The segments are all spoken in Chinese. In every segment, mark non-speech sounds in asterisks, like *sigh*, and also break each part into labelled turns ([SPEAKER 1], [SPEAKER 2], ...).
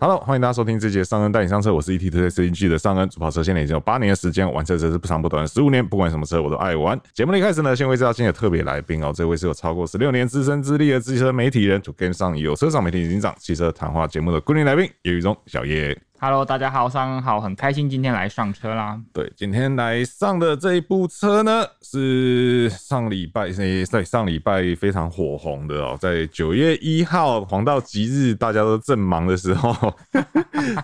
[SPEAKER 1] Hello，欢迎大家收听这节上恩带你上车，我是 ET 车 CNG 的上恩，主跑车现在已经有八年的时间，玩车真是不长不短，十五年，不管什么车我都爱玩。节目的一开始呢，先为大家今天的特别来宾哦，这位是有超过十六年资深资历的汽车媒体人，To Game 上有车上媒体警长，汽车谈话节目的固定来宾，叶宇中小叶。
[SPEAKER 2] Hello，大家好，上好，很开心今天来上车啦。
[SPEAKER 1] 对，今天来上的这一部车呢，是上礼拜诶，在上礼拜非常火红的哦，在九月一号黄道吉日，大家都正忙的时 *laughs* 候，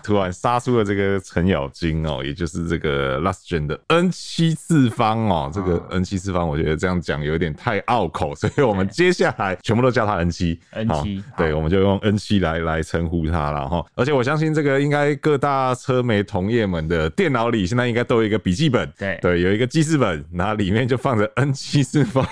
[SPEAKER 1] 突然杀出了这个程咬金哦，也就是这个 Last Gen 的 N 七次方哦，这个 N 七次方，我觉得这样讲有点太拗口，所以我们接下来全部都叫它 N 七哦
[SPEAKER 2] N7 好
[SPEAKER 1] 对，我们就用 N 七来来称呼它了哈。而且我相信这个应该各大车媒同业们的电脑里现在应该都有一个笔记本，
[SPEAKER 2] 对
[SPEAKER 1] 对，有一个记事本，然后里面就放着 *laughs* N 七次方，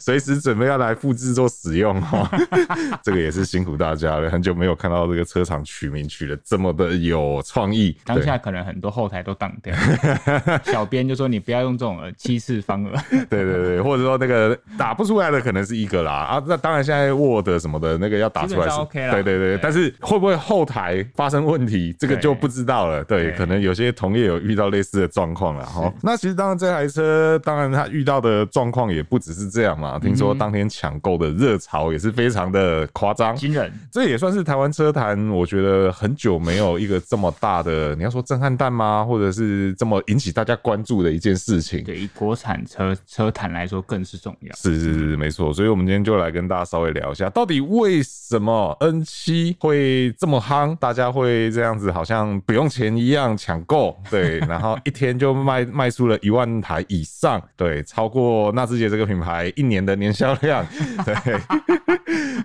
[SPEAKER 1] 随时准备要来复制做使用哈。 *laughs* 这个也是辛苦大家了，很久没有看到这个车厂取名取的这么的有创意。
[SPEAKER 2] 当下可能很多后台都挡掉，
[SPEAKER 1] *laughs*
[SPEAKER 2] 小编就说你不要用这种呃七次方了。
[SPEAKER 1] 对对对，或者说那个打不出来的可能是一个啦啊，那当然现在 Word 什么的那个要打出
[SPEAKER 2] 基
[SPEAKER 1] 来
[SPEAKER 2] 本
[SPEAKER 1] 是
[SPEAKER 2] 上 OK 啦
[SPEAKER 1] 对对对，
[SPEAKER 2] 对
[SPEAKER 1] 但是会不会后台发生问题，这个
[SPEAKER 2] 对
[SPEAKER 1] 就不知道了。对，
[SPEAKER 2] 对
[SPEAKER 1] 可能有些同业有遇到类似的状况了哈。那其实当然这台车，当然它遇到的状况也不只是这样
[SPEAKER 2] 嗯
[SPEAKER 1] 嘛，听说当天抢购的热潮也是非常的夸张，
[SPEAKER 2] 惊人，
[SPEAKER 1] 这也算是台湾车坛，我觉得很久没有一个这么大的，你要说震撼弹吗？或者是这么引起大家关注的一件事情。
[SPEAKER 2] 对于国产车车坛来说更是重要。
[SPEAKER 1] 是是是，没错。所以，我们今天就来跟大家稍微聊一下，到底为什么 N 七会这么夯，大家会这样子，好像不用钱一样抢购，对，然后一天就卖卖出了一万台以上，对，超过纳智捷这个品牌一年的年销量，对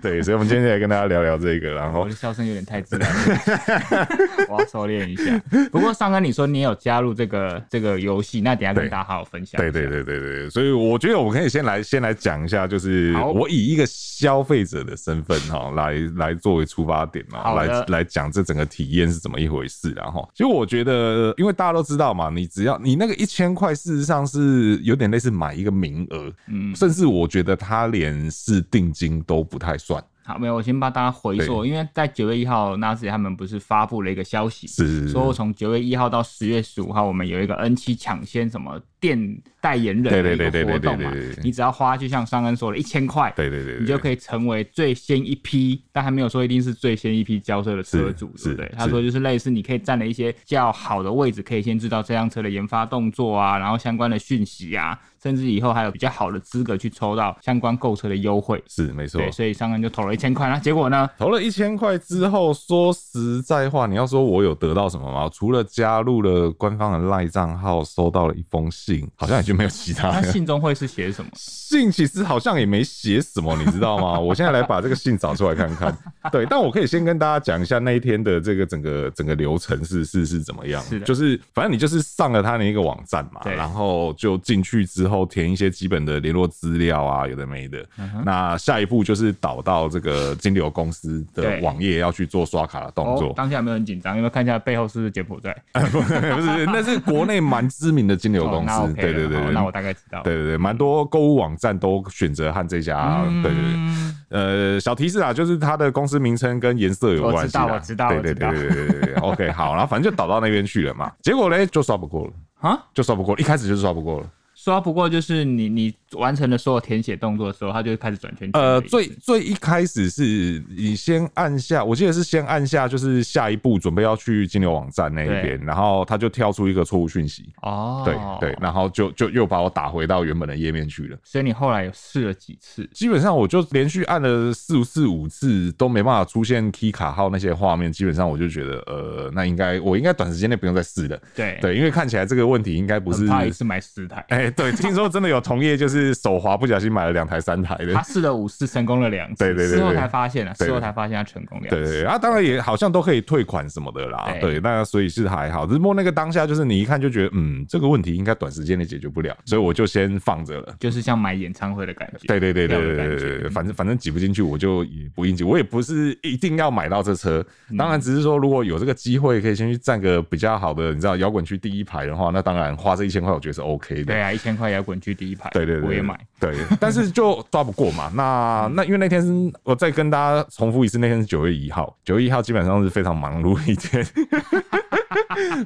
[SPEAKER 1] *laughs* 对。所以，我们今天就来跟大家聊聊这个，然后
[SPEAKER 2] 我的笑声有点太自然了， *laughs* 我要收敛一下。不过上恩，你说你有加入这个这个游戏，那等一下跟
[SPEAKER 1] 对
[SPEAKER 2] 大家好好分享。
[SPEAKER 1] 对对，对对对，对所以我觉得我可以先来先来讲一下，就是
[SPEAKER 2] 好
[SPEAKER 1] 我以一个消费者的身份哈，来来作为出发点嘛，
[SPEAKER 2] 好的
[SPEAKER 1] 来来讲这整个体验是怎么一回事，然后其实我觉得，因为大家都知道嘛，你只要你那个一千块，事实上是有点类似买一个名额，
[SPEAKER 2] 嗯，
[SPEAKER 1] 甚至我觉得它连是定金都不太算，
[SPEAKER 2] 好，没有，我先帮大家回溯，因为在九月一号，纳智捷他们不是发布了一个消息，
[SPEAKER 1] 是是是
[SPEAKER 2] 说从九月一号到十月十五号，我们有一个 N 七抢先什么店代言人
[SPEAKER 1] 对
[SPEAKER 2] 的
[SPEAKER 1] 对对
[SPEAKER 2] 一
[SPEAKER 1] 对对
[SPEAKER 2] 个
[SPEAKER 1] 对
[SPEAKER 2] 活动嘛
[SPEAKER 1] 对对对，
[SPEAKER 2] 你只要花就像上恩说的一千块，
[SPEAKER 1] 对对对，
[SPEAKER 2] 你就可
[SPEAKER 1] 以
[SPEAKER 2] 以成为最先一批，但还没有说一定是最先一批交车的车主，
[SPEAKER 1] 是
[SPEAKER 2] 对不
[SPEAKER 1] 是
[SPEAKER 2] 对？他说就是类似你可以占了一些较好的位置，可以先知道这辆车的研发动作啊，然后相关的讯息啊，甚至以后还有比较好的资格去抽到相关购车的优惠。
[SPEAKER 1] 是没错
[SPEAKER 2] 对，。所以上恩就投了一千块，那结
[SPEAKER 1] *laughs*
[SPEAKER 2] 果呢？
[SPEAKER 1] 投了一千块之后，说实在话，你要说我有得到什么吗？除了加入了官方的赖账号，收到了一封信，好像也就没有其他
[SPEAKER 2] 他
[SPEAKER 1] 了。
[SPEAKER 2] 信中会是写什么？
[SPEAKER 1] 信其实好像也没写什么，你知道
[SPEAKER 2] *laughs*
[SPEAKER 1] 吗？我现在来把这个信找出来看看。对，但我可以先跟大家讲一下那一天的这个整个整个流程是是是怎么样。
[SPEAKER 2] 是的
[SPEAKER 1] 就是反正你就是上了他的一个网站嘛，
[SPEAKER 2] 对
[SPEAKER 1] 然后就进去之后填一些基本的联络资料啊，有的没的。
[SPEAKER 2] 嗯
[SPEAKER 1] 那下一步就是导到这个金流公司的
[SPEAKER 2] 对
[SPEAKER 1] 网页要去做刷卡的动作
[SPEAKER 2] 哦，。当下有没有很紧张，因为看一下背后是不是柬埔寨
[SPEAKER 1] *laughs* 不是，那是国内蛮知名的金流
[SPEAKER 2] 哦
[SPEAKER 1] 公
[SPEAKER 2] 那
[SPEAKER 1] 司。
[SPEAKER 2] OK
[SPEAKER 1] 对对
[SPEAKER 2] 了
[SPEAKER 1] 对
[SPEAKER 2] 好
[SPEAKER 1] 对，
[SPEAKER 2] 那我大概知道。
[SPEAKER 1] 对对对，蛮多购物网站都选择和这家，
[SPEAKER 2] 嗯
[SPEAKER 1] 对对对。呃，小提示啊，就是它的公司名称跟颜色有关系啦。
[SPEAKER 2] 我知道我
[SPEAKER 1] 对对
[SPEAKER 2] 知道
[SPEAKER 1] 对对对对。OK，好，
[SPEAKER 2] *laughs*
[SPEAKER 1] 然后反正就导到那边去了嘛。结果嘞，就刷不过了，
[SPEAKER 2] 啊，
[SPEAKER 1] 就刷不过了，一开始就刷不过了。
[SPEAKER 2] 说啊不过就是你你完成了所有填写动作的时候，他就开始转圈圈的
[SPEAKER 1] 呃，
[SPEAKER 2] 意思。
[SPEAKER 1] 最最一开始是你先按下，我记得是先按下，就是下一步准备要去金流网站那一边，然后它就跳出一个错误讯息。
[SPEAKER 2] 哦，
[SPEAKER 1] 对对，，然后就就又把我打回到原本的页面去了。
[SPEAKER 2] 所以你后来有试了几次？
[SPEAKER 1] 基本上我就连续按了四四五次都没办法出现 key 卡号那些画面，基本上我就觉得呃，那应该我应该短时间内不用再试了。
[SPEAKER 2] 对，
[SPEAKER 1] 对，因为看起来这个问题应该不是
[SPEAKER 2] 哎很。怕一次买十台，
[SPEAKER 1] *laughs* 哎、对，听说真的有同业就是手滑不小心买了两台、三台的
[SPEAKER 2] *laughs* 他。试了五次，成功了两次，
[SPEAKER 1] 对对对对
[SPEAKER 2] 事后才发现了，
[SPEAKER 1] 对对
[SPEAKER 2] 事后才发现他成功两
[SPEAKER 1] 对
[SPEAKER 2] 次。
[SPEAKER 1] 对对，啊，当然也好像都可以退款什么的啦。
[SPEAKER 2] 哎
[SPEAKER 1] 对，那所以是还好，只是摸那个当下，就是你一看就觉得，嗯，这个问题应该短时间内解决不了，所以我就先放着了。
[SPEAKER 2] 就是像买演唱会的感觉，
[SPEAKER 1] 对对对对
[SPEAKER 2] 要
[SPEAKER 1] 对
[SPEAKER 2] 的感
[SPEAKER 1] 对
[SPEAKER 2] 觉嗯
[SPEAKER 1] 对对，反正反正挤不进去，我就也不硬挤，我也不是一定要买到这车。
[SPEAKER 2] 嗯
[SPEAKER 1] 当然，只是说如果有这个机会，可以先去占个比较好的，你知道摇滚区第一排的话，那当然花这一千块，我觉得是 OK 的。
[SPEAKER 2] 对啊，一千块摇滚区第一排，
[SPEAKER 1] 对对对
[SPEAKER 2] 啊我也买。嗯
[SPEAKER 1] 对，但是就抓不过嘛。那那因为那天是我再跟大家重复一次，那天是九月一号，九月一号基本上是非常忙碌的一天， *laughs*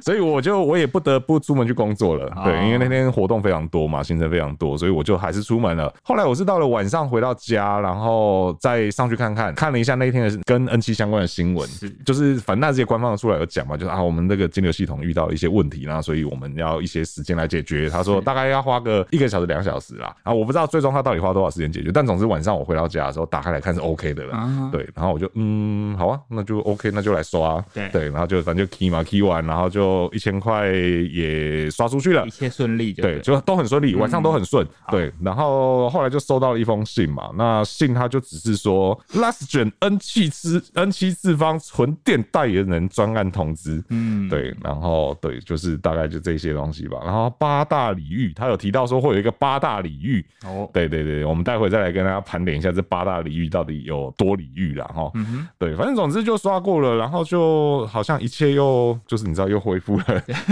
[SPEAKER 1] 所以我就我也不得不出门去工作了。对，
[SPEAKER 2] 哦
[SPEAKER 1] 因为那天活动非常多嘛，行程非常多，所以我就还是出门了。后来我是到了晚上回到家，然后再上去看看，看了一下那一天的跟 N 七相关的新闻，
[SPEAKER 2] 是
[SPEAKER 1] 就是反正那些官方出来有讲嘛，就是啊，我们这个金流系统遇到了一些问题，那所以我们要一些时间来解决。他说大概要花个一个小时、两小时啦。啊，我不知道最终他到底花多少时间解决，但总之晚上我回到家的时候打开来看是 OK 的了。
[SPEAKER 2] 啊
[SPEAKER 1] 对，然后我就嗯，好啊，那就 OK，那就来刷。
[SPEAKER 2] 对
[SPEAKER 1] 对，然后就反正就 key 嘛，key 完，然后就一千块也刷出去了
[SPEAKER 2] 一。切顺利就
[SPEAKER 1] 对，
[SPEAKER 2] 对。嗯
[SPEAKER 1] 就都很顺利，晚上都很顺。对，然后后来就收到了一封信嘛，那信他就只是说 Last Gen N 七之 N 七次方纯电代言人专案通知。
[SPEAKER 2] 嗯，
[SPEAKER 1] 对，然后对，就是大概就这些东西吧。然后八大礼遇，他有提到说会有一个八大礼遇，
[SPEAKER 2] 哦，
[SPEAKER 1] 对对对，我们待会再来跟大家盘点一下这八大领域到底有多领域啦。哈。
[SPEAKER 2] 嗯哼，
[SPEAKER 1] 对，反正总之就刷过了，然后就好像一切又就是你知道又恢
[SPEAKER 2] *laughs*
[SPEAKER 1] 复了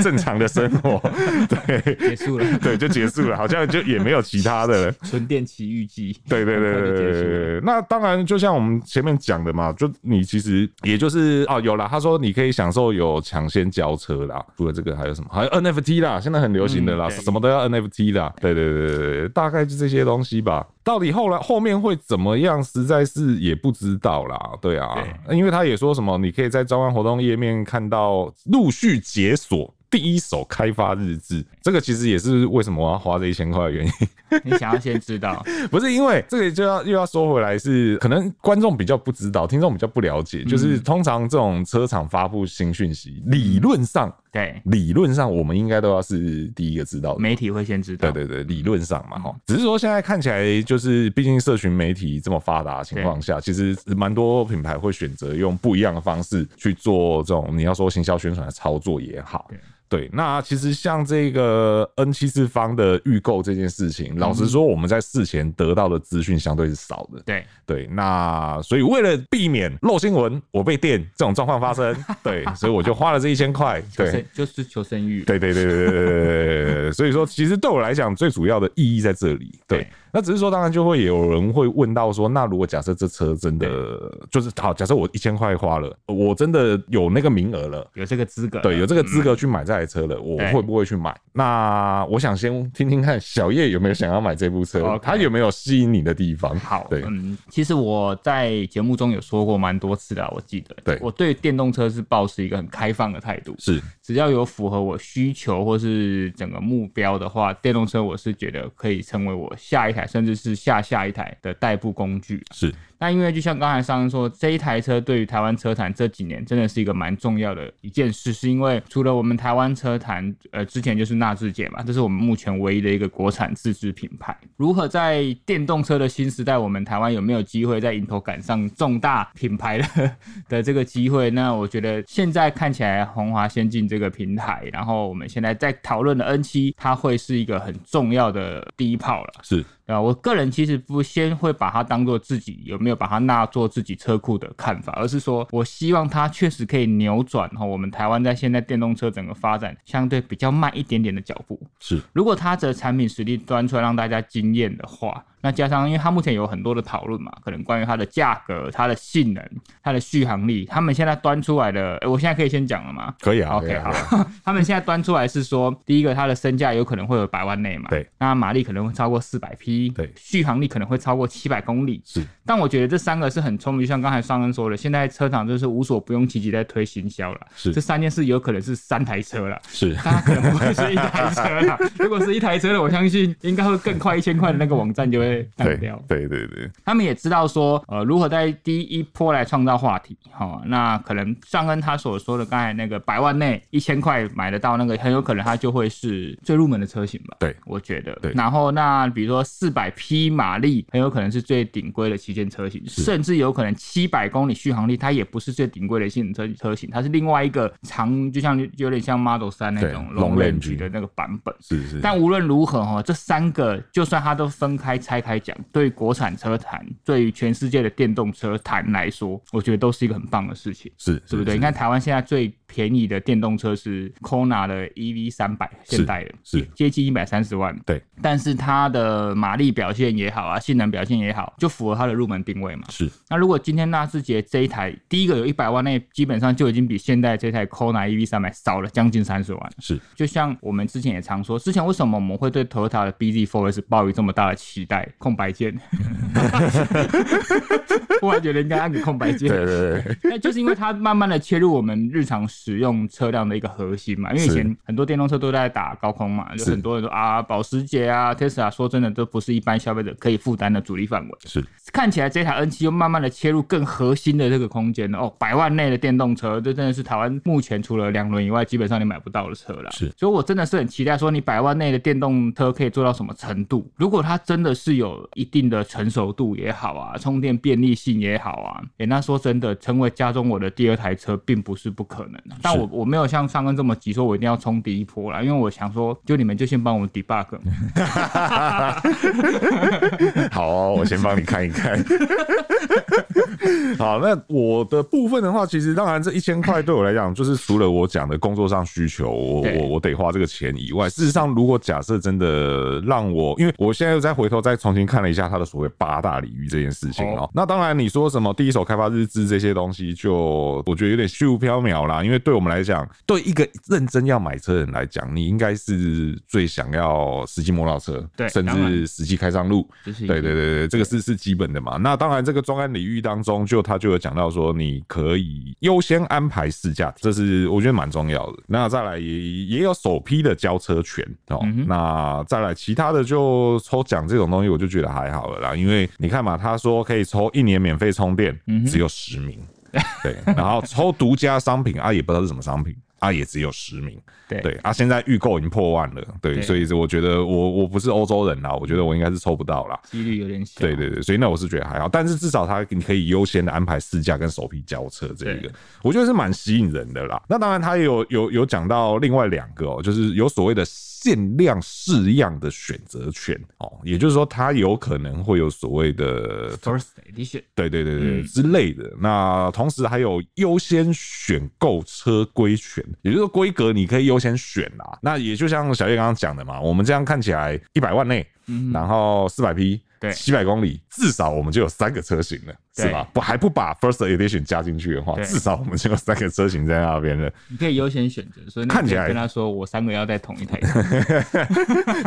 [SPEAKER 1] 正常的生活，对
[SPEAKER 2] 结束了，
[SPEAKER 1] *laughs* 对，就结束了，好像就也没有其他的了。
[SPEAKER 2] 纯电奇遇记，
[SPEAKER 1] 对对对
[SPEAKER 2] 很快
[SPEAKER 1] 对
[SPEAKER 2] 就
[SPEAKER 1] 对
[SPEAKER 2] 结束了
[SPEAKER 1] 对，那当然，就像我们前面讲的嘛，就你其实也就是哦，有啦，他说你可以享受有抢先交车啦，除了这个还有什么？还有 NFT 啦，现在很流行的啦，
[SPEAKER 2] 嗯对
[SPEAKER 1] 什么都要 NFT 啦。对对对对对，大概就这些东西吧。到底后来后面会怎么样，实在是也不知道啦。对啊，因为他也说什么，你可以在召唤活动页面看到陆续解锁。第一手开发日志，这个其实也是为什么我要花这一千块的原因，
[SPEAKER 2] 你想要先知道，
[SPEAKER 1] 不是因为这个就要又要说回来是，可能观众比较不知道，听众比较不了解，就是通常这种车厂发布新讯息，理论上
[SPEAKER 2] 对，
[SPEAKER 1] 理论上我们应该都要是第一个知道的。
[SPEAKER 2] 媒体会先知道，
[SPEAKER 1] 对对对，理论上嘛哈，只是说现在看起来就是，毕竟社群媒体这么发达的情况下，其实蛮多品牌会选择用不一样的方式去做这种你要说行销宣传的操作也好
[SPEAKER 2] 对。
[SPEAKER 1] 对，那其实像这个 N 七次方的预购这件事情，老实说，我们在事前得到的资讯相对是少的。
[SPEAKER 2] 对，
[SPEAKER 1] 对，那所以为了避免漏新闻、我被电这种状况发生，对，所以我就花了这一千块。对，
[SPEAKER 2] 生就是求生欲，
[SPEAKER 1] 对对对对对对对对对，所以说其实对我来讲最主要的意义在这里。对
[SPEAKER 2] 对，
[SPEAKER 1] 那只是说当然就会有人会问到说，那如果假设这车真的就是好，假设我一千块花了，我真的有那个名额了。
[SPEAKER 2] 有这个资格，
[SPEAKER 1] 对，有这个资格去买这台车了，我
[SPEAKER 2] 对
[SPEAKER 1] 会不会去买？那我想先听听看小叶有没有想要买这部车，
[SPEAKER 2] OK
[SPEAKER 1] 它有没有吸引你的地方？
[SPEAKER 2] 好，
[SPEAKER 1] 对
[SPEAKER 2] 嗯，其实我在节目中有说过蛮多次的啊，我记得，
[SPEAKER 1] 对
[SPEAKER 2] 我对电动车是抱持一个很开放的态度，
[SPEAKER 1] 是
[SPEAKER 2] 只要有符合我需求或是整个目标的话，电动车我是觉得可以成为我下一台甚至是下下一台的代步工具。啊
[SPEAKER 1] 是，
[SPEAKER 2] 那因为就像刚才上恩说，这一台车对于台湾车坛这几年真的是一个蛮重要的一件事，是因为除了我们台湾车坛，呃，之前就是纳智捷嘛，这是我们目前唯一的一个国产自制品牌。如何在电动车的新时代，我们台湾有没有机会在迎头赶上重大品牌的 *laughs* 的这个机会？那我觉得现在看起来，红华先进这个平台，然后我们现在在讨论的 N 七，它会是一个很重要的第一炮了。
[SPEAKER 1] 是
[SPEAKER 2] 对吧？我个人其实不先会把它当做自己有没有把它纳做自己车库的看法，而是说我希望它确实可以扭转哈我们台湾在现在电动车整个发展相对比较慢一点点的脚步。
[SPEAKER 1] 是
[SPEAKER 2] 如果它的产品实力端出来让大家惊艳的话，那加上因为它目前有很多的讨论嘛，可能关于它的价格、它的性能、它的续航力，他们现在端出来的，呃诶我现在可以先讲了吗？
[SPEAKER 1] 可以啊
[SPEAKER 2] OK，
[SPEAKER 1] 可以啊
[SPEAKER 2] 好，他们现在端出来是说，第一个它的身价有可能会有百万内嘛，
[SPEAKER 1] 对，
[SPEAKER 2] 那马力可能会超过四百匹，
[SPEAKER 1] 对
[SPEAKER 2] 续航力可能会超过七百公里，
[SPEAKER 1] 是
[SPEAKER 2] 但我觉得这三个是很聪明，就像刚才上恩说的，现在车厂就是无所不用其极在推行销了，
[SPEAKER 1] 是
[SPEAKER 2] 这三件事有可能是三台车了。
[SPEAKER 1] 是
[SPEAKER 2] 它可能不会是一台车啦，如果是一台车的，我相信应该会更快，一千块的那个网站就会
[SPEAKER 1] 对
[SPEAKER 2] 淡掉。
[SPEAKER 1] 对对对
[SPEAKER 2] 他们也知道说，呃，如何在第一波来创造话题。哈、那可能上恩他所说的刚才那个百万内一千块买得到那个，很有可能它就会是最入门的车型吧。
[SPEAKER 1] 对
[SPEAKER 2] 我觉得。
[SPEAKER 1] 对
[SPEAKER 2] 然后那比如说四百匹马力，很有可能是最顶规的旗舰车型，甚至有可能七百公里续航力，它也不是最顶规的性能车车型，它是另外一个长，就像有点像 Model 三那
[SPEAKER 1] 对
[SPEAKER 2] 种
[SPEAKER 1] long
[SPEAKER 2] long
[SPEAKER 1] range
[SPEAKER 2] range 的那个版本。
[SPEAKER 1] 是是，
[SPEAKER 2] 但无论如何哈，这三个就算它都分开拆开讲，对于国产车坛，对于全世界的电动车坛来说，我觉得都是一个很棒的事情，
[SPEAKER 1] 是
[SPEAKER 2] 对不对？你看台湾现在最便宜的电动车是 Kona 的 EV 三百现代的，
[SPEAKER 1] 是
[SPEAKER 2] 接近一百三十万。
[SPEAKER 1] 对，
[SPEAKER 2] 但是它的马力表现也好啊，性能表现也好，就符合它的入门定位嘛。
[SPEAKER 1] 是
[SPEAKER 2] 那如果今天纳智捷这一台第一个有一百万内，基本上就已经比现在这台 Kona EV 三百少了将近三十万。
[SPEAKER 1] 是，
[SPEAKER 2] 就像我们之前也常说，之前为什么我们会对 Toyota 的 BZ4S 抱有这么大的期待？空白键， *laughs* 忽然觉得应该按个空白键。
[SPEAKER 1] 对对对，
[SPEAKER 2] 那就是因为它慢慢的切入我们日常使用车辆的一个核心嘛，因为以
[SPEAKER 1] 是
[SPEAKER 2] 前很多电动车都在打高空嘛，有
[SPEAKER 1] 是
[SPEAKER 2] 很多人说啊，保时捷啊、Tesla，说真的都不是一般消费者可以负担的主力范围。
[SPEAKER 1] 是
[SPEAKER 2] 看起来这台 N 7又慢慢的切入更核心的这个空间了哦，百万内的电动车，这真的是台湾目前除了两轮以外，基本上你买不到的车了。
[SPEAKER 1] 是，
[SPEAKER 2] 所以我真的是很期待说你百万内的电动车可以做到什么程度。如果它真的是有一定的成熟度也好啊，充电便利性也好啊，诶、那说真的，成为家中我的第二台车并不是不可能的。但我我没有像上恩这么急，说我一定要冲第一波啦，因为我想说，就你们就先帮我们 debug
[SPEAKER 1] *laughs* 好哦、我先帮你看一看。 *laughs* 好，那我的部分的话，其实当然这一千块对我来讲，就是除了我讲的工作上需求，我
[SPEAKER 2] 对
[SPEAKER 1] 我我得花这个钱以外，事实上，如果假设真的让我，因为我现在又再回头再重新看了一下他的所谓八大领域这件事情哦、那当然你说什么第一手开发日志这些东西，就我觉得有点虚无缥缈啦，因为对我们来讲，对一个认真要买车的人来讲，你应该是最想要实际摸到车，
[SPEAKER 2] 对
[SPEAKER 1] 甚
[SPEAKER 2] 当然
[SPEAKER 1] 至实际开上路，
[SPEAKER 2] 这是
[SPEAKER 1] *laughs*
[SPEAKER 2] 一
[SPEAKER 1] 对对对对，这个是是基本的嘛。那当然，这个专案领域当中，就他就有讲到说，你可以优先安排试驾，这是我觉得蛮重要的。那再来也也有首批的交车权哦。
[SPEAKER 2] 嗯哼
[SPEAKER 1] 那再来其他的就抽奖这种东西，我就觉得还好了啦，因为你看嘛，他说可以抽一年免费充电，
[SPEAKER 2] 嗯哼
[SPEAKER 1] 只有十名。对，然后抽独家商品啊，也不知道是什么商品啊，也只有十名。
[SPEAKER 2] *laughs* 对
[SPEAKER 1] 对啊，现在预购已经破万了，对，
[SPEAKER 2] 对
[SPEAKER 1] 所以我觉得我我不是欧洲人啦，我觉得我应该是抽不到啦。
[SPEAKER 2] 几率有点小。
[SPEAKER 1] 对对对，所以那我是觉得还好，但是至少他你可以优先的安排试驾跟首批交车这一个
[SPEAKER 2] 对，
[SPEAKER 1] 我觉得是蛮吸引人的啦。那当然，他也有有有讲到另外两个哦、就是有所谓的限量式样的选择权哦、也就是说，他有可能会有所谓的
[SPEAKER 2] ，First Edition。
[SPEAKER 1] 对对对对、
[SPEAKER 2] 嗯
[SPEAKER 1] 之类的。那同时还有优先选购车规选，也就是说规格你可以优先选啦。那也就像小叶刚刚讲的嘛，我们这样看起来一百万内，
[SPEAKER 2] 嗯
[SPEAKER 1] 然后四百匹，
[SPEAKER 2] 对
[SPEAKER 1] 七百公里，至少我们就有三个车型了，是
[SPEAKER 2] 对
[SPEAKER 1] 吧？不还不把 first edition 加进去的话，
[SPEAKER 2] 对
[SPEAKER 1] 至少我们就有三个车型在那边了，
[SPEAKER 2] 你可以优先选择，所以你
[SPEAKER 1] 看起
[SPEAKER 2] 可以
[SPEAKER 1] 来
[SPEAKER 2] 跟他说我三个要在同
[SPEAKER 1] *laughs*
[SPEAKER 2] 一台车，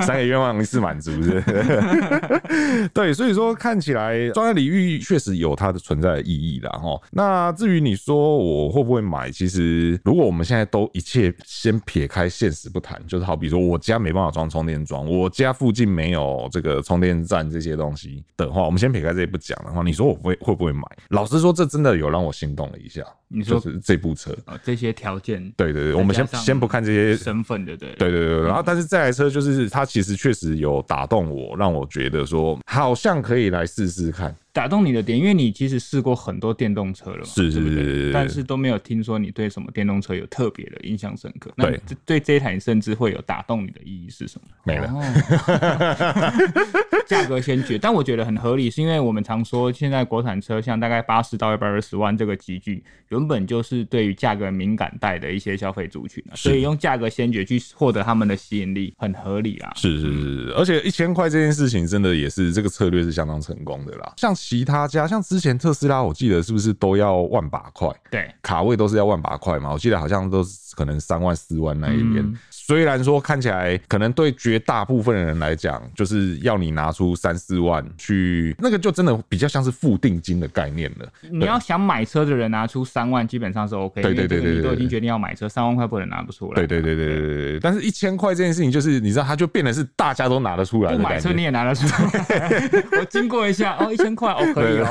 [SPEAKER 1] 三个愿望一次满足是不是 *laughs* 对，所以说看起来专业领域确实有它的存在的意义啦。哈。那至于你说我会不会买，其实如果我们现在都一切先撇开现实不谈，就是好比说我家没办法装充电桩，我家附近没有这个充电站这些东西的话，我们先撇开这些不讲的话，你说我会会不会买？老实说，这真的有让我心动了一下。
[SPEAKER 2] 你说
[SPEAKER 1] 就是这部车，
[SPEAKER 2] 哦，这些条件
[SPEAKER 1] 对对对，我们先
[SPEAKER 2] 再加上
[SPEAKER 1] 先不看这些
[SPEAKER 2] 身份的对了。
[SPEAKER 1] 对对对，然后但是这台车就是它其实确实有打动我，让我觉得说好像可以来试试看。
[SPEAKER 2] 打动你的点，因为你其实试过很多电动车了嘛，
[SPEAKER 1] 是是
[SPEAKER 2] 对不对
[SPEAKER 1] 是是是
[SPEAKER 2] 但是都没有听说你对什么电动车有特别的印象深刻。那
[SPEAKER 1] 对
[SPEAKER 2] 你这对这一台甚至会有打动你的意义是什么？
[SPEAKER 1] 没了
[SPEAKER 2] 哦 *laughs* 价格先决，但我觉得很合理，是因为我们常说现在国产车像大概八十到一百二十万这个集聚，原本就是对于价格敏感带的一些消费族群啊、所以用价格先决去获得他们的吸引力，很合理啊。
[SPEAKER 1] 是是是是，而且一千块这件事情真的也是这个策略是相当成功的啦。像其他家，像之前特斯拉，我记得是不是都要万把块？
[SPEAKER 2] 对，
[SPEAKER 1] 卡位都是要万把块嘛，我记得好像都是可能三万四万那一边。
[SPEAKER 2] 嗯
[SPEAKER 1] 虽然说看起来可能对绝大部分的人来讲，就是要你拿出三四万去，那个就真的比较像是付定金的概念了。
[SPEAKER 2] 你要想买车的人拿出三万，基本上是 OK 的。
[SPEAKER 1] 对对对
[SPEAKER 2] 因为这
[SPEAKER 1] 对对
[SPEAKER 2] 个你都已
[SPEAKER 1] 对
[SPEAKER 2] 经决定要买车，三万块不能拿不出来。
[SPEAKER 1] 对对对对对对对，但是一千块这件事情，就是你知道，它就变得是大家都拿得出来
[SPEAKER 2] 不
[SPEAKER 1] 的
[SPEAKER 2] 买
[SPEAKER 1] 感
[SPEAKER 2] 车你
[SPEAKER 1] 觉。
[SPEAKER 2] 也拿得出
[SPEAKER 1] *laughs*
[SPEAKER 2] 来。我经过一下，哦，一千块，哦，可以哦，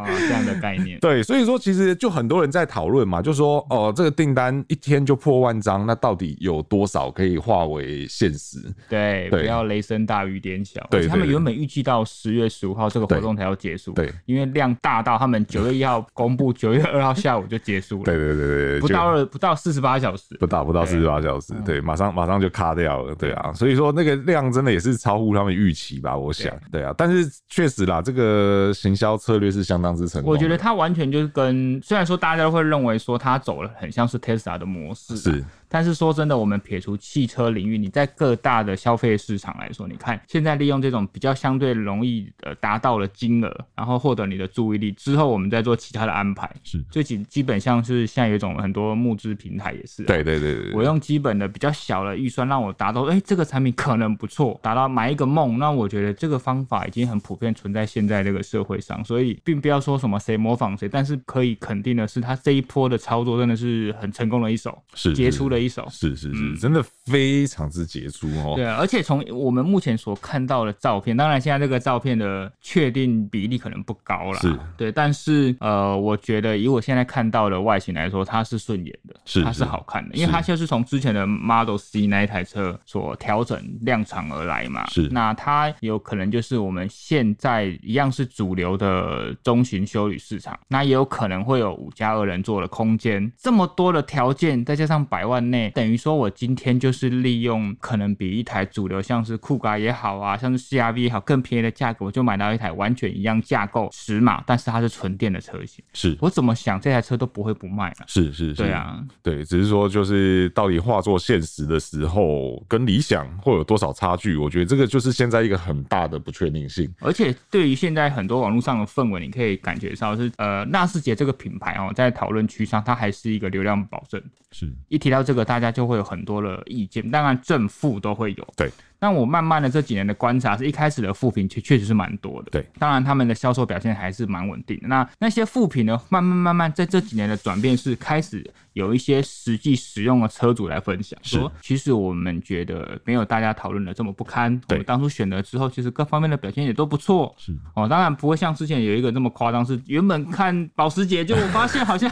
[SPEAKER 2] 啊，这样的概念。
[SPEAKER 1] 对，所以说其实就很多人在讨论嘛，就说哦，这个订单一天就破万张，那到底有多少可以化为现实？
[SPEAKER 2] 对，
[SPEAKER 1] 对
[SPEAKER 2] 不要雷声大雨点小。
[SPEAKER 1] 对
[SPEAKER 2] 而且他们
[SPEAKER 1] 对对
[SPEAKER 2] 原本预计到十月十五号这个活动才要结束，
[SPEAKER 1] 对对 *laughs*
[SPEAKER 2] 因为量大到他们九月一号公布，九月二号下午就结束了，
[SPEAKER 1] 对对对对对，
[SPEAKER 2] 不
[SPEAKER 1] 就
[SPEAKER 2] 到二不到四十八小时，
[SPEAKER 1] 不到不到四
[SPEAKER 2] 对嗯
[SPEAKER 1] 十八小时，对，马上马上就卡掉了，对啊，所以说那个量真的也是超乎他们预期吧，我想，对啊，但是确实啦，这个行销策略是相当之成功的，
[SPEAKER 2] 我觉得它完全就是跟虽然说大家都会认为说它走了很像是 Tesla 的模式，啊
[SPEAKER 1] 是，
[SPEAKER 2] 但是说真的，我们撇除汽车领域，你在各大的消费市场来说，你看现在利用这种比较相对容易呃达到了金额，然后获得你的注意力之后，我们再做其他的安排。
[SPEAKER 1] 是
[SPEAKER 2] 最基基本上是现在有一种很多募资平台也是、啊，
[SPEAKER 1] 对对对对
[SPEAKER 2] 我
[SPEAKER 1] 对，
[SPEAKER 2] 用基本的比较小的预算，让我达到，哎、这个产品可能不错，达到买一个梦。那我觉得这个方法已经很普遍存在现在这个社会上，所以并不要说什么谁模仿谁，但是可以肯定的是，他这一波的操作真的是很成功的一手，
[SPEAKER 1] 是
[SPEAKER 2] 杰出的一手。
[SPEAKER 1] 是是是，真的非常之杰出哦，
[SPEAKER 2] 嗯对啊，而且从我们目前所看到的照片，当然现在这个照片的确定比例可能不高啦。
[SPEAKER 1] 是
[SPEAKER 2] 对，但是呃，我觉得以我现在看到的外形来说，它是顺眼的，
[SPEAKER 1] 是
[SPEAKER 2] 它
[SPEAKER 1] 是
[SPEAKER 2] 是好看的，因为它就是从之前的 Model C 那一台车所调整量产而来嘛。
[SPEAKER 1] 是
[SPEAKER 2] 那它有可能就是我们现在一样是主流的中型修旅市场，那也有可能会有五加二人座的空间，这么多的条件，再加上百万内，等于说我今天就是利用可能比一台主流像是酷咖也好啊，像是 CRV 也好更便宜的价格，我就买到一台完全一样架构尺码，但是它是纯电的车型，
[SPEAKER 1] 是
[SPEAKER 2] 我怎么想这台车都不会不卖啊。
[SPEAKER 1] 是是是，
[SPEAKER 2] 对啊，
[SPEAKER 1] 对，只是说就是到底化作现实的时候，跟理想会有多少差距？我觉得这个就是现在一个很大的不确定性。
[SPEAKER 2] 而且对于现在很多网络上的氛围，你可以感觉到是呃，纳世杰这个品牌哦，在讨论区上它还是一个流量保证。
[SPEAKER 1] 是
[SPEAKER 2] 一提到这个，大家就会有很多的意见，当然正负都会有。
[SPEAKER 1] 对，
[SPEAKER 2] 但我慢慢的这几年的观察，是一开始的负评确确实是蛮多的。
[SPEAKER 1] 对，
[SPEAKER 2] 当然他们的销售表现还是蛮稳定的。那那些负评呢，慢慢慢慢在这几年的转变是开始有一些实际使用的车主来分享，
[SPEAKER 1] 是
[SPEAKER 2] 说其实我们觉得没有大家讨论的这么不堪。我
[SPEAKER 1] 对
[SPEAKER 2] 们当初选择之后，其实各方面的表现也都不错。
[SPEAKER 1] 是
[SPEAKER 2] 哦，当然不会像之前有一个这么夸张，是原本看保时捷，就我发现好像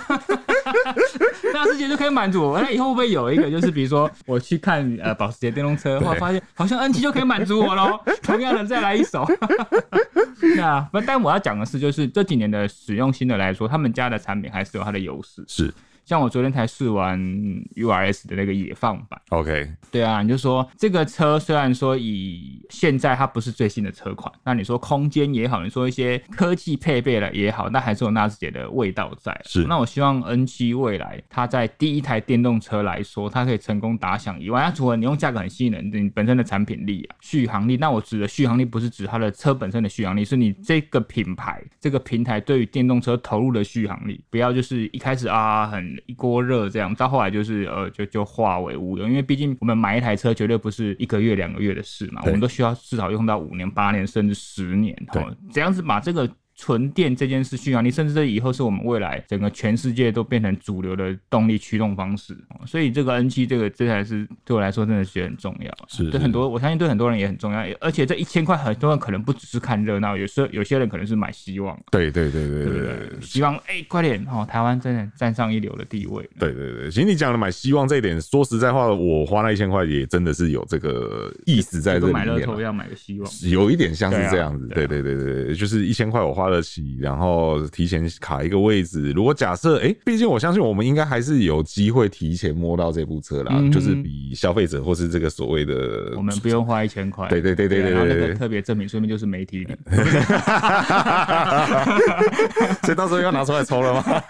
[SPEAKER 2] 纳智捷就可以满足我。那以后会不会有一个，就是比如说我去看呃保时捷电动车，后来发现好像 NT 就可以满足我喽，同样的再来一手。 *laughs* 那不但我要讲的是，就是这几年的使用心得来说，他们家的产品还是有它的优势。
[SPEAKER 1] 是
[SPEAKER 2] 像我昨天才试完 URS 的那个野放版，
[SPEAKER 1] ，OK，
[SPEAKER 2] 对啊，你就说这个车虽然说以现在它不是最新的车款，那你说空间也好，你说一些科技配备了也好，那还是有纳智捷的味道在。啊
[SPEAKER 1] 是
[SPEAKER 2] 那我希望 N 7未来它在第一台电动车来说，它可以成功打响以外，它除了你用价格很吸引人，你本身的产品力啊、续航力，那我指的续航力不是指它的车本身的续航力，是你这个品牌、这个平台对于电动车投入的续航力，不要就是一开始啊很一锅热这样，到后来就是呃就就化为乌有，因为毕竟我们买一台车绝对不是一个月两个月的事嘛，我
[SPEAKER 1] 对
[SPEAKER 2] 们都需要至少用到五年、八年甚至十年，
[SPEAKER 1] 对
[SPEAKER 2] 哦，怎样子把这个。纯电这件事续航力，甚至这以后是我们未来整个全世界都变成主流的动力驱动方式，哦所以这个 N 7这个这才是对我来说真的是很重要，
[SPEAKER 1] 是是
[SPEAKER 2] 对很多我相信对很多人也很重要，而且这一千块很多人可能不只是看热闹，有时候有些人可能是买希望，
[SPEAKER 1] 对对对对
[SPEAKER 2] 对
[SPEAKER 1] 对
[SPEAKER 2] 不
[SPEAKER 1] 对
[SPEAKER 2] 对？希望哎、快点哦，台湾真的站上一流的地位了，
[SPEAKER 1] 对对对，其实你讲的买希望这一点，说实在话，我花那一千块也真的是有这个意思在这
[SPEAKER 2] 跟
[SPEAKER 1] 里
[SPEAKER 2] 买乐
[SPEAKER 1] 面啊
[SPEAKER 2] 透
[SPEAKER 1] 啦。
[SPEAKER 2] 要买个希望，
[SPEAKER 1] 有一点像是
[SPEAKER 2] 对啊
[SPEAKER 1] 这样子，
[SPEAKER 2] 对
[SPEAKER 1] 对
[SPEAKER 2] 啊
[SPEAKER 1] 对对对对，就是一千块我花得起，然后提前卡一个位置。如果假设，哎、毕竟我相信我们应该还是有机会提前摸到这部车啦，
[SPEAKER 2] 嗯哼
[SPEAKER 1] 就是比消费者或是这个所谓的
[SPEAKER 2] 我们不用花一千块，
[SPEAKER 1] 对对对对对
[SPEAKER 2] 然后那
[SPEAKER 1] 对
[SPEAKER 2] 个
[SPEAKER 1] 对
[SPEAKER 2] 特别证明，说明就是媒体礼，
[SPEAKER 1] 所以到时候要拿出来抽了
[SPEAKER 2] *laughs*
[SPEAKER 1] 吗？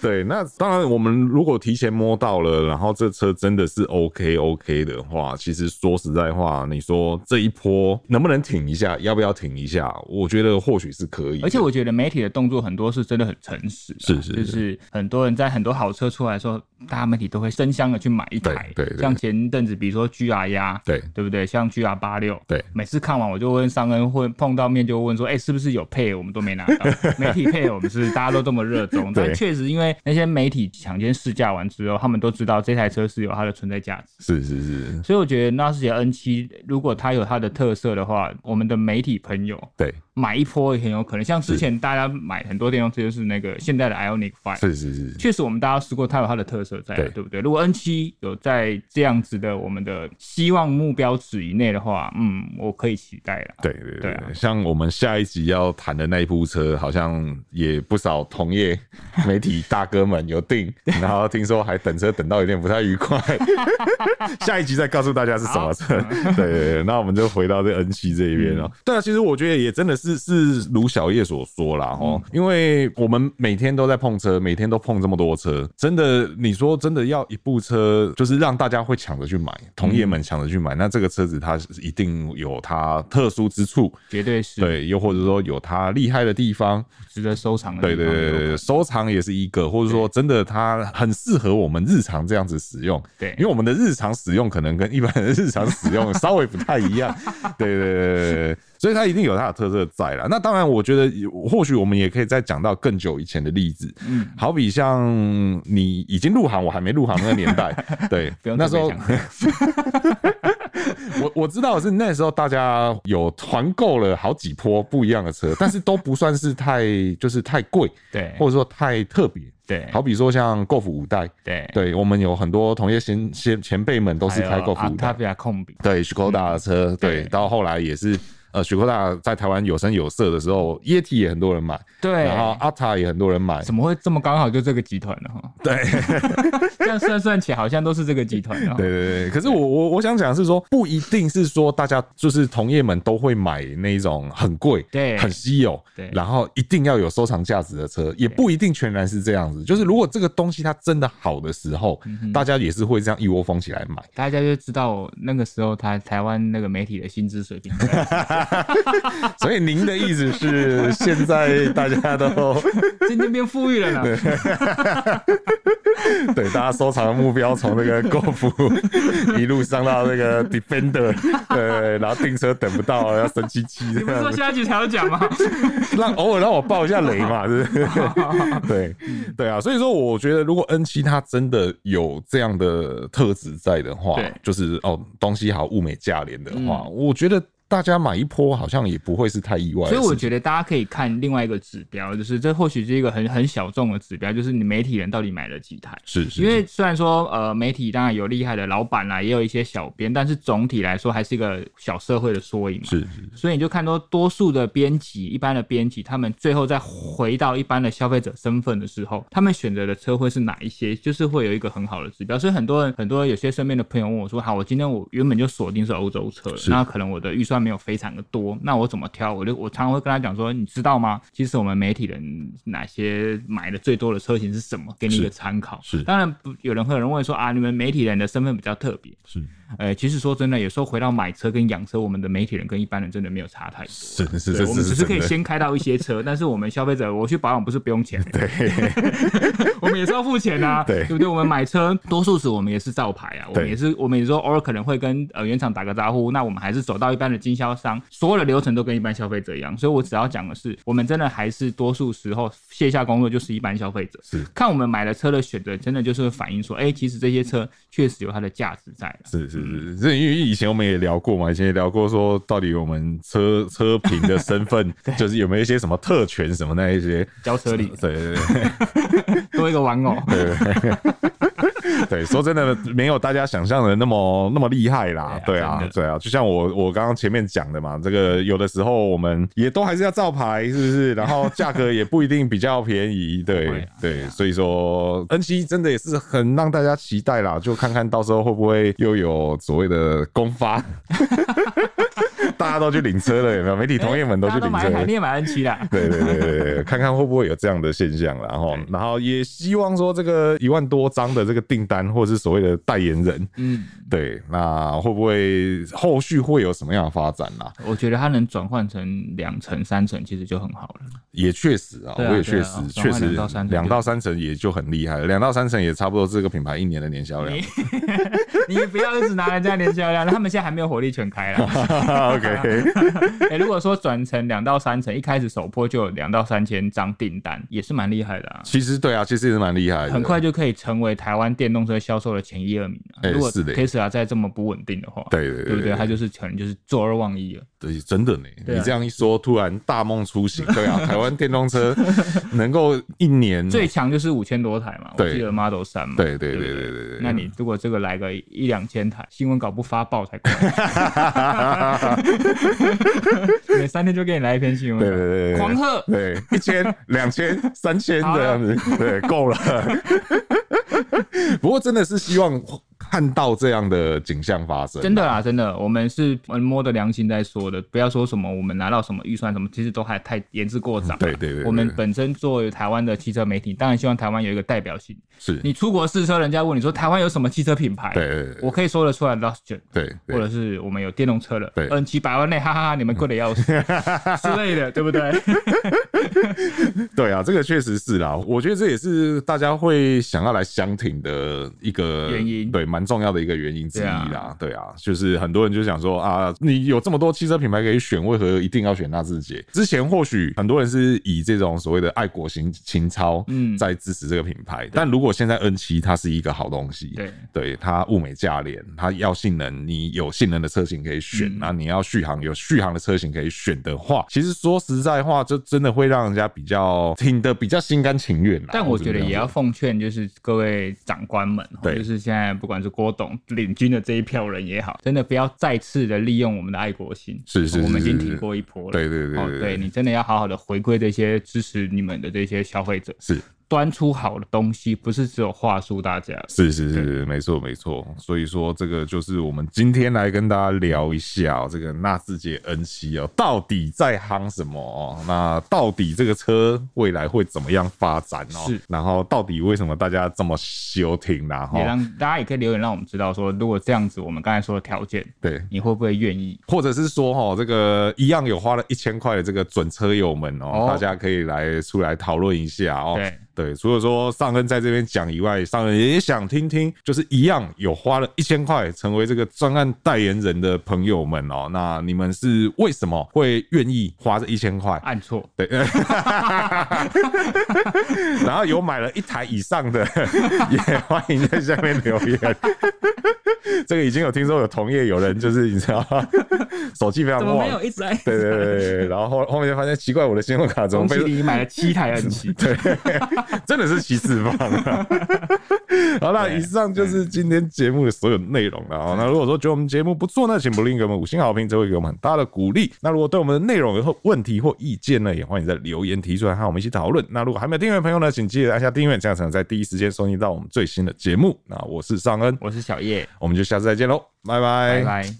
[SPEAKER 1] 对，那当然，我们如果提前摸到了，然后这车真的是 OK OK 的话，其实说实在话，你说这一波能不能挺一下，要不要挺一下？我觉得或许是可以的，
[SPEAKER 2] 而且我觉得媒体的动作很多是真的很诚实啊，
[SPEAKER 1] 是是
[SPEAKER 2] 就是是很多人在很多好车出来的时候，大家媒体都会争相的去买一台，
[SPEAKER 1] 对对对
[SPEAKER 2] 像前一阵子比如说 GR 压，
[SPEAKER 1] 对
[SPEAKER 2] 啊对不对？像 GR 八六，
[SPEAKER 1] 对
[SPEAKER 2] 每次看完我就问上恩，会碰到面就问说，哎、是不是有配？我们都没
[SPEAKER 1] *laughs*
[SPEAKER 2] 拿到，媒体配我们是大家都这么热衷，
[SPEAKER 1] 对
[SPEAKER 2] 但确实因为那些媒体抢先试驾完之后，他们都知道这台车是有它的存在价值。
[SPEAKER 1] 是是是，
[SPEAKER 2] 所以我觉得纳斯捷 N 七，如果它有它的特色的话，我们的媒体朋友
[SPEAKER 1] 对
[SPEAKER 2] 买哪一波也很有可能。像之前大家买很多电动车，就是那个现代的 Ionic Five，
[SPEAKER 1] 是是是，
[SPEAKER 2] 确实我们大家试过，它有它的特色在，啊
[SPEAKER 1] 对
[SPEAKER 2] 对不对？如果 N 七有在这样子的我们的希望目标值以内的话，嗯，我可以期待了。
[SPEAKER 1] 对对对
[SPEAKER 2] 对啊
[SPEAKER 1] 对像我们下一集要谈的那一部车，好像也不少同
[SPEAKER 2] *laughs*
[SPEAKER 1] 业媒体大哥们有订，然后听说还等车等到有点不太愉
[SPEAKER 2] *laughs*
[SPEAKER 1] 快，下一集再告诉大家是什么车。 *laughs* 对对对，那我们就回到这 N 七这一边了。对啊，其实我觉得也真的是是如小叶所说啦，哦、因为我们每天都在碰车，每天都碰这么多车，真的，你说真的要一部车，就是让大家会抢着去买，同业们抢着去买，那这个车子它是一定有它特殊之处，
[SPEAKER 2] 绝对是
[SPEAKER 1] 对，又或者说有它厉害的地方，
[SPEAKER 2] 值得收藏的
[SPEAKER 1] 对
[SPEAKER 2] 地
[SPEAKER 1] 对
[SPEAKER 2] 方。
[SPEAKER 1] 对对对，收藏也是一个，或者说真的它很适合我们日常这样子使用。
[SPEAKER 2] 对
[SPEAKER 1] 因为我们的日常使用可能跟一般人的日常使用稍微不太一
[SPEAKER 2] *laughs*
[SPEAKER 1] 样。对对对对对对，所以它一定有它的特色在啦。那当然，我觉得也或许我们也可以再讲到更久以前的例子，
[SPEAKER 2] 嗯，
[SPEAKER 1] 好比像你已经入行，我还没入行那个年代，
[SPEAKER 2] *laughs*
[SPEAKER 1] 对
[SPEAKER 2] 不，用
[SPEAKER 1] 那
[SPEAKER 2] 特
[SPEAKER 1] 时
[SPEAKER 2] 别
[SPEAKER 1] 候
[SPEAKER 2] 讲。
[SPEAKER 1] *laughs* 我我知道的是那时候大家有团购了好几波不一样的车，但是都不算是太就是太贵，
[SPEAKER 2] 对
[SPEAKER 1] 或者说太特别。
[SPEAKER 2] 对
[SPEAKER 1] 好比说像 Golf 五代，
[SPEAKER 2] 对
[SPEAKER 1] 对我们有很多同业先先前辈们都
[SPEAKER 2] 还
[SPEAKER 1] 是
[SPEAKER 2] 有
[SPEAKER 1] 开 Golf 五
[SPEAKER 2] 阿塔
[SPEAKER 1] 代，
[SPEAKER 2] 比亚控比，
[SPEAKER 1] 对许 o 大的车，对，
[SPEAKER 2] 对
[SPEAKER 1] 到后来也是。呃，许 o 大在台湾有声有色的时候，Yeti 也很多人买，
[SPEAKER 2] 对，
[SPEAKER 1] 然后 a t a 也很多人买，
[SPEAKER 2] 怎么会这么刚好就这个集团呢？哈，
[SPEAKER 1] 对
[SPEAKER 2] *laughs* 这样算算起来好像都是这个集团的。
[SPEAKER 1] 对对对。可是我我我想讲的是说，不一定是说大家就是同业们都会买那种很贵、
[SPEAKER 2] 对
[SPEAKER 1] 很稀有
[SPEAKER 2] 对，
[SPEAKER 1] 然后一定要有收藏价值的车，也不一定全然是这样子。就是如果这个东西它真的好的时候，
[SPEAKER 2] 嗯
[SPEAKER 1] 大家也是会这样一窝蜂起来买。
[SPEAKER 2] 大家就知道我那个时候台台湾那个媒体的薪资水平，啊
[SPEAKER 1] 所以您的意思是，现在大家
[SPEAKER 2] *laughs*
[SPEAKER 1] 都
[SPEAKER 2] 渐渐变富裕了呢。
[SPEAKER 1] 对大家收藏的目标从那个 Golf *laughs* 一路上到那个 Defender，对，然后订车等不到，要生气气
[SPEAKER 2] 你不
[SPEAKER 1] 这
[SPEAKER 2] 是说
[SPEAKER 1] 样子，
[SPEAKER 2] 下一集才要讲吗？
[SPEAKER 1] 让偶尔让我爆一下雷
[SPEAKER 2] *laughs*
[SPEAKER 1] 嘛，是不是？对对啊，所以说我觉得，如果 N 七它真的有这样的特质在的话
[SPEAKER 2] 对，
[SPEAKER 1] 就是哦东西好物美价廉的话，
[SPEAKER 2] 嗯
[SPEAKER 1] 我觉得大家买一波好像也不会是太意外的
[SPEAKER 2] 所
[SPEAKER 1] 事
[SPEAKER 2] 以
[SPEAKER 1] 情。
[SPEAKER 2] 我觉得大家可以看另外一个指标，就是这或许是一个很很小众的指标，就是你媒体人到底买了几台。
[SPEAKER 1] 是是，
[SPEAKER 2] 因为虽然说呃媒体当然有厉害的老板啦，啊也有一些小编，但是总体来说还是一个小社会的缩影嘛。
[SPEAKER 1] 是是是
[SPEAKER 2] 所以你就看到多数的编辑，一般的编辑，他们最后再回到一般的消费者身份的时候，他们选择的车会是哪一些，就是会有一个很好的指标。所以很多人，很多有些身边的朋友问我说：“啊好，我今天我原本就锁定是欧洲车了，
[SPEAKER 1] 是
[SPEAKER 2] 那可能我的预算没有非常的多，那我怎么挑？”我就我常常会跟他讲说：“你知道吗？其实我们媒体人哪些买的最多的车型是什么，给你一个参考。
[SPEAKER 1] 是
[SPEAKER 2] 当然不，有人会有人问说啊，你们媒体人的身份比较特别。
[SPEAKER 1] 是
[SPEAKER 2] 呃，其实说真的，有时候回到买车跟养车，我们的媒体人跟一般人真的没有差太多。
[SPEAKER 1] 是是
[SPEAKER 2] 对
[SPEAKER 1] 是，
[SPEAKER 2] 我们只是可以
[SPEAKER 1] 真的 *laughs*
[SPEAKER 2] 先开到一些车，但是我们消费者，我去保养不是不用钱，对，我们也是要付钱啊，
[SPEAKER 1] 对
[SPEAKER 2] 对不对？我们买车，多数时我们也是照牌啊，我们
[SPEAKER 1] 对
[SPEAKER 2] 也是，我们也说偶尔可能会跟呃原厂打个招呼，那我们还是走到一般的经销商，所有的流程都跟一般消费者一样，所以我只要讲的是，我们真的还是多数时候卸下工作就是一般消费者，
[SPEAKER 1] 是
[SPEAKER 2] 看我们买了车的选择，真的就是反映说，哎，其实这些车确实有它的价值在了，
[SPEAKER 1] 是是是，是因为以前我们也聊过嘛，以前也聊过说，到底我们车车评的身
[SPEAKER 2] *laughs*
[SPEAKER 1] 份，就是有没有一些什么特权什么那一些，
[SPEAKER 2] 交车里
[SPEAKER 1] 对对对
[SPEAKER 2] 多一个玩偶。
[SPEAKER 1] 对对，说真的，没有大家想象的那么那么厉害啦，对
[SPEAKER 2] 对啊
[SPEAKER 1] 啊
[SPEAKER 2] 真的
[SPEAKER 1] 对啊，就像我我刚刚前面讲的嘛，这个有的时候我们也都还是要照牌，是不是？然后价格也不一定比较便宜，
[SPEAKER 2] 会
[SPEAKER 1] 对
[SPEAKER 2] 啊
[SPEAKER 1] 对，所以说 N 七真的也是很让大家期待啦，就看看到时候会不会又有所谓的公发。 *laughs* 大家都去领车了，有没有？媒体同业们都去
[SPEAKER 2] 啊大家
[SPEAKER 1] 领车
[SPEAKER 2] 买
[SPEAKER 1] 了
[SPEAKER 2] 海，涅买 N 七啦。
[SPEAKER 1] 对对对对对，看看会不会有这样的现象啦，然后
[SPEAKER 2] 对
[SPEAKER 1] 然后也希望说这个一万多张的这个订单，或者是所谓的代言人，
[SPEAKER 2] 嗯，
[SPEAKER 1] 对，那会不会后续会有什么样的发展啦？
[SPEAKER 2] 我觉得它能转换成两层、三层，其实就很好了。 *laughs*
[SPEAKER 1] 也确实啊，
[SPEAKER 2] 对啊
[SPEAKER 1] 我也确
[SPEAKER 2] 对啊
[SPEAKER 1] 实
[SPEAKER 2] 哦
[SPEAKER 1] 确实
[SPEAKER 2] 两到三成
[SPEAKER 1] 两到三成也就很厉害了，两到三成也差不多这个品牌一年的年销量。
[SPEAKER 2] 啊
[SPEAKER 1] *laughs*
[SPEAKER 2] 你你不要一直拿人家年销量，他们现在还没有火力全开啦。
[SPEAKER 1] OK OK，
[SPEAKER 2] 哎、如果说转成两到三成，一开始首波就有两到三千张订单，也是蛮厉害的啊。
[SPEAKER 1] 其实对啊，其实也是蛮厉害的，
[SPEAKER 2] 很快就可以成为台湾电动车销售的前一二名、啊。
[SPEAKER 1] 哎
[SPEAKER 2] 如果
[SPEAKER 1] 是的
[SPEAKER 2] Tesla 再这么不稳定的话，
[SPEAKER 1] 对对对
[SPEAKER 2] 对不
[SPEAKER 1] 对
[SPEAKER 2] 对？它就是可能就是坐而忘一了。
[SPEAKER 1] 对，真的呢。
[SPEAKER 2] 对啊
[SPEAKER 1] 你这样一说，突然大梦初醒。对啊，台湾电动车能够一年，
[SPEAKER 2] 最强就是五千多台嘛，我
[SPEAKER 1] 对
[SPEAKER 2] 记得 Model 三嘛。
[SPEAKER 1] 对对对
[SPEAKER 2] 不
[SPEAKER 1] 对对对
[SPEAKER 2] 那你如果这个来个一两千台，新闻稿不发报才怪，
[SPEAKER 1] *laughs*
[SPEAKER 2] 每三天就给你来一篇新闻
[SPEAKER 1] 对
[SPEAKER 2] 稿。
[SPEAKER 1] 对对对，
[SPEAKER 2] 狂贺
[SPEAKER 1] 对一千、两千、三千
[SPEAKER 2] 好了啊
[SPEAKER 1] 这样子，对，够了。不过真的是希望看到这样的景象发生，
[SPEAKER 2] 真的啦，真的，我们是呃摸着良心在说的，不要说什么我们拿到什么预算什么，其实都还太言之过早。
[SPEAKER 1] 嗯对对对对
[SPEAKER 2] 我们本身作为台湾的汽车媒体，当然希望台湾有一个代表性。
[SPEAKER 1] 是，
[SPEAKER 2] 你出国试车，人家问你说台湾有什么汽车品牌，
[SPEAKER 1] 对对对
[SPEAKER 2] 我可以说得出来 l u s t r
[SPEAKER 1] 对对
[SPEAKER 2] 或者是我们有电动车了
[SPEAKER 1] 对
[SPEAKER 2] ，N 七百万内，哈哈哈，你们贵
[SPEAKER 1] *laughs*
[SPEAKER 2] 的要死之类的，对不对？
[SPEAKER 1] 对啊，这个确实是啦。我觉得这也是大家会想要来相挺的一个
[SPEAKER 2] 原因
[SPEAKER 1] 对，蛮重要的一个原因之一
[SPEAKER 2] 对
[SPEAKER 1] 啦。对啊，就是很多人就想说啊，你有这么多汽车品牌可以选，为何一定要选纳智捷？之前或许很多人是以这种所谓的爱国情情操，嗯，
[SPEAKER 2] 嗯
[SPEAKER 1] 在支持这个品牌。但如果现在 N 七它是一个好东西，
[SPEAKER 2] 对
[SPEAKER 1] 对它物美价廉，它要性能，你有性能的车型可以选，
[SPEAKER 2] 嗯
[SPEAKER 1] 那、你要续航有续航的车型可以选的话，其实说实在话，就真的会让人家比较挺的比较心甘情愿啦。
[SPEAKER 2] 但我觉得也要
[SPEAKER 1] 只
[SPEAKER 2] 奉劝，就是各位长官们，哦
[SPEAKER 1] 对
[SPEAKER 2] 就是现在不管是郭董领军的这一票人也好，真的不要再次的利用我们的爱国心。哦
[SPEAKER 1] 是是是
[SPEAKER 2] 我们已经
[SPEAKER 1] 是
[SPEAKER 2] 挺过一波了。
[SPEAKER 1] 对对对
[SPEAKER 2] 哦
[SPEAKER 1] 对，
[SPEAKER 2] 对你真的要好好的回馈这些支持你们的这些消费者，
[SPEAKER 1] 是
[SPEAKER 2] 端出好的东西，不是只有话术大家。
[SPEAKER 1] 是是是，没错没错。所以说，这个就是我们今天来跟大家聊一下、哦、这个纳智捷 N 七哦，到底在夯什么哦？那到底这个车未来会怎么样发展哦？
[SPEAKER 2] 是，
[SPEAKER 1] 然后到底为什么大家这么休停然后
[SPEAKER 2] 也让大家也可以留言让我们知道说，如果这样子，我们刚才说的条件，
[SPEAKER 1] 对，
[SPEAKER 2] 你会不会愿意？
[SPEAKER 1] 或者是说哈，这个一样有花了一千块的这个准车友们哦，
[SPEAKER 2] 哦
[SPEAKER 1] 大家可以来出来讨论一下哦。
[SPEAKER 2] 对
[SPEAKER 1] 除了说上恩在这边讲以外，上恩也想听听，就是一样有花了一千块成为这个专案代言人的朋友们哦，那你们是为什么会愿意花这一千块？
[SPEAKER 2] 按错，
[SPEAKER 1] 对，然后有买了一台以上的， *laughs* 也欢迎在下面留言。 *laughs* 这个已经有听说有同业有人就是你知道，手气非常
[SPEAKER 2] 怎么
[SPEAKER 1] 旺
[SPEAKER 2] 没，有一直在？
[SPEAKER 1] 对对对对对，然后后后面就发现奇怪，我的信用卡怎么
[SPEAKER 2] 恭
[SPEAKER 1] 被
[SPEAKER 2] 喜你买了七台
[SPEAKER 1] *laughs*
[SPEAKER 2] N 七，
[SPEAKER 1] 对，真的是七次方啊。 *laughs* 好啦，
[SPEAKER 2] 对
[SPEAKER 1] 以上就是今天节目的所有内容了啊。那如果说觉得我们节目不错呢，请不吝给我们五星好评，这会给我们很大的鼓 *laughs* 励。那如果对我们的内容有问题或意见呢，也欢迎在留言提出来，和我们一起讨论。那如果还没有订阅的朋友呢，请记得按下订阅，这样才能在第一时间收听到我们最新的节目。那我是尚恩，
[SPEAKER 2] 我是小叶，
[SPEAKER 1] 我们就下次再见喽，拜
[SPEAKER 2] 拜拜。